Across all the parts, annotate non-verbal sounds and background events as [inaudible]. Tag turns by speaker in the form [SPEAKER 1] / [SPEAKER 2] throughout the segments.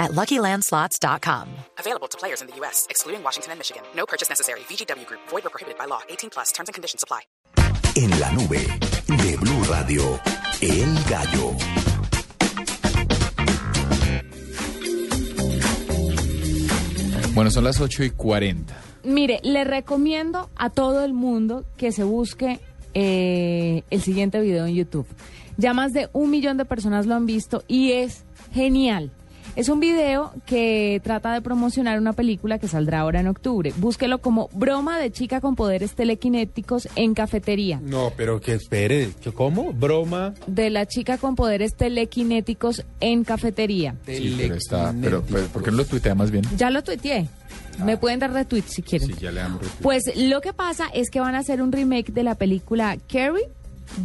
[SPEAKER 1] at luckylandslots.com.
[SPEAKER 2] Available to players in the U.S., excluding Washington and Michigan. No purchase necessary. VGW Group, void or prohibited by law. 18 plus terms and conditions apply.
[SPEAKER 3] En la nube de Blue Radio, El Gallo.
[SPEAKER 4] Bueno, son las 8 y 40.
[SPEAKER 5] Mire, le recomiendo a todo el mundo que se busque eh, el siguiente video en YouTube. Ya más de un millón de personas lo han visto y es genial. Es un video que trata de promocionar una película que saldrá ahora en octubre. Búsquelo como Broma de chica con poderes telequinéticos en cafetería.
[SPEAKER 6] No, pero que espere, ¿que ¿cómo? Broma.
[SPEAKER 5] De la chica con poderes telequinéticos en cafetería.
[SPEAKER 4] Sí, pero está. Pero, pues, ¿Por qué no lo tuitea más bien?
[SPEAKER 5] Ya lo tuiteé. Me pueden dar retweet si quieren.
[SPEAKER 6] Ah. Sí, ya le damos retweet.
[SPEAKER 5] Pues lo que pasa es que van a hacer un remake de la película Carrie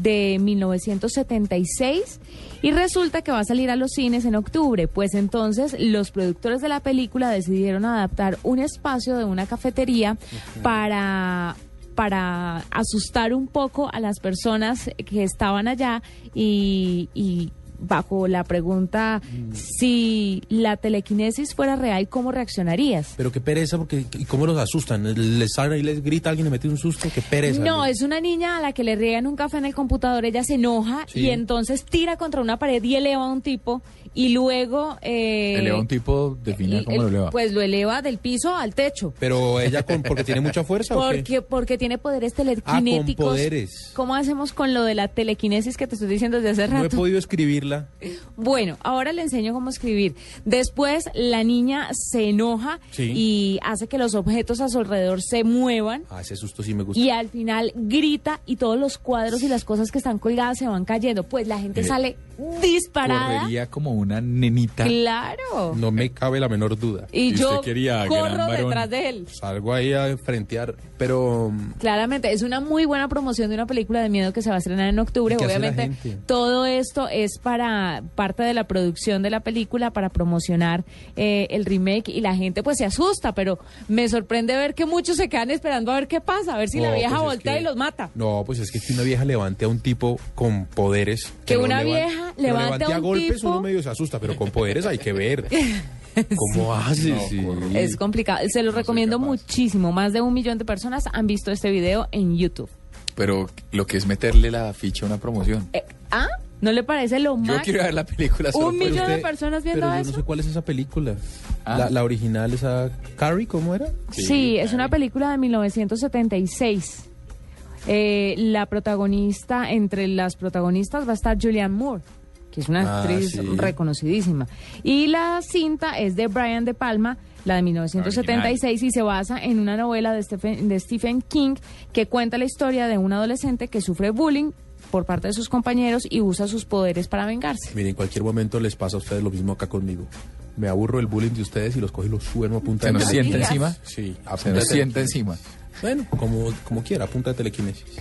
[SPEAKER 5] de 1976 y resulta que va a salir a los cines en octubre. Pues entonces los productores de la película decidieron adaptar un espacio de una cafetería para para asustar un poco a las personas que estaban allá y, y bajo la pregunta si la telequinesis fuera real, ¿cómo reaccionarías?
[SPEAKER 6] Pero qué pereza, porque ¿y ¿cómo los asustan? Les salen y les grita, alguien le mete un susto, qué pereza.
[SPEAKER 5] No, es una niña a la que le riegan un café en el computador, ella se enoja
[SPEAKER 6] Sí.
[SPEAKER 5] y entonces tira contra una pared y eleva a un tipo y luego... Eh,
[SPEAKER 4] eleva un tipo, define
[SPEAKER 5] el-
[SPEAKER 4] cómo lo
[SPEAKER 5] el-
[SPEAKER 4] eleva.
[SPEAKER 5] Pues lo eleva del piso al techo.
[SPEAKER 6] Pero ella con, porque tiene mucha fuerza o qué?
[SPEAKER 5] Porque, porque tiene poderes telequinéticos.
[SPEAKER 6] poderes.
[SPEAKER 5] ¿Cómo hacemos con lo de la telequinesis que te estoy diciendo desde hace
[SPEAKER 6] No he
[SPEAKER 5] rato?
[SPEAKER 6] podido escribirla.
[SPEAKER 5] Bueno, ahora le enseño cómo escribir. Después la niña se enoja
[SPEAKER 6] Sí.
[SPEAKER 5] y hace que los objetos a su alrededor se muevan.
[SPEAKER 6] Ah, ese susto sí me gusta.
[SPEAKER 5] Y al final grita y todos los cuadros y las cosas que están colgadas se van cayendo. Pues la gente
[SPEAKER 4] Eh,
[SPEAKER 5] sale disparada.
[SPEAKER 4] Correría como una nenita.
[SPEAKER 5] Claro.
[SPEAKER 6] No me cabe la menor duda.
[SPEAKER 5] Y,
[SPEAKER 4] Y usted
[SPEAKER 5] yo
[SPEAKER 4] quería gran
[SPEAKER 5] corro
[SPEAKER 4] varón.
[SPEAKER 5] detrás de él.
[SPEAKER 6] Salgo ahí a enfrentear, pero mm,
[SPEAKER 5] Claramente, es una muy buena promoción de una película de miedo que se va a estrenar en octubre.
[SPEAKER 6] ¿Y qué hace la
[SPEAKER 5] Obviamente,
[SPEAKER 6] gente?
[SPEAKER 5] todo esto es para parte de la producción de la película, para promocionar eh, el remake y la gente pues se asusta, pero me sorprende ver que muchos se quedan esperando a ver qué pasa, a ver si la
[SPEAKER 6] no,
[SPEAKER 5] vieja
[SPEAKER 6] pues es
[SPEAKER 5] voltea
[SPEAKER 6] que-
[SPEAKER 5] y los mata.
[SPEAKER 6] No, pues es que si una vieja levante a un tipo con poderes.
[SPEAKER 5] Que
[SPEAKER 6] no
[SPEAKER 5] una
[SPEAKER 6] levan-
[SPEAKER 5] vieja
[SPEAKER 6] que lo
[SPEAKER 5] levante
[SPEAKER 6] levante
[SPEAKER 5] a un
[SPEAKER 6] golpes,
[SPEAKER 5] tipo.
[SPEAKER 6] uno medio se asusta, pero con poderes hay
[SPEAKER 5] [laughs]
[SPEAKER 6] que ver. ¿Cómo
[SPEAKER 4] Ah,
[SPEAKER 6] haces? Sí.
[SPEAKER 5] Es complicado. Se lo recomiendo
[SPEAKER 4] capaz.
[SPEAKER 5] muchísimo. Más de un millón de personas han visto este video en YouTube.
[SPEAKER 4] Pero lo que es meterle la ficha a una promoción.
[SPEAKER 5] Eh, ¿Ah? ¿No le parece lo
[SPEAKER 4] Yo
[SPEAKER 5] más?
[SPEAKER 4] quiero ver la película. solo
[SPEAKER 5] Un
[SPEAKER 4] por
[SPEAKER 5] millón de
[SPEAKER 4] usted.
[SPEAKER 5] personas viendo
[SPEAKER 6] Eh, Pero yo
[SPEAKER 5] eso.
[SPEAKER 6] no sé cuál es esa película.
[SPEAKER 4] Ah.
[SPEAKER 6] La, la original, esa Carrie, ¿cómo era?
[SPEAKER 5] Sí, es una película de 1976. Eh, la protagonista, entre las protagonistas va a estar Julianne Moore, que es una
[SPEAKER 6] Ah,
[SPEAKER 5] actriz
[SPEAKER 6] sí.
[SPEAKER 5] reconocidísima. Y la cinta es de Brian De Palma, la de 1976, y se basa en una novela de Stephen, de Stephen King que cuenta la historia de un adolescente que sufre bullying por parte de sus compañeros y usa sus poderes para vengarse.
[SPEAKER 6] Miren, en cualquier momento les pasa a ustedes lo mismo acá conmigo. Me aburro el bullying de ustedes y los coge y los sueno a
[SPEAKER 4] ¿Se
[SPEAKER 6] punta de
[SPEAKER 4] nos
[SPEAKER 6] telequinesis.
[SPEAKER 4] sienta encima?
[SPEAKER 6] Sí, a
[SPEAKER 4] Se
[SPEAKER 6] punta
[SPEAKER 4] nos
[SPEAKER 6] de
[SPEAKER 4] sienta
[SPEAKER 6] telequinesis.
[SPEAKER 4] encima.
[SPEAKER 6] Bueno, como, como quiera, a punta de telequinesis.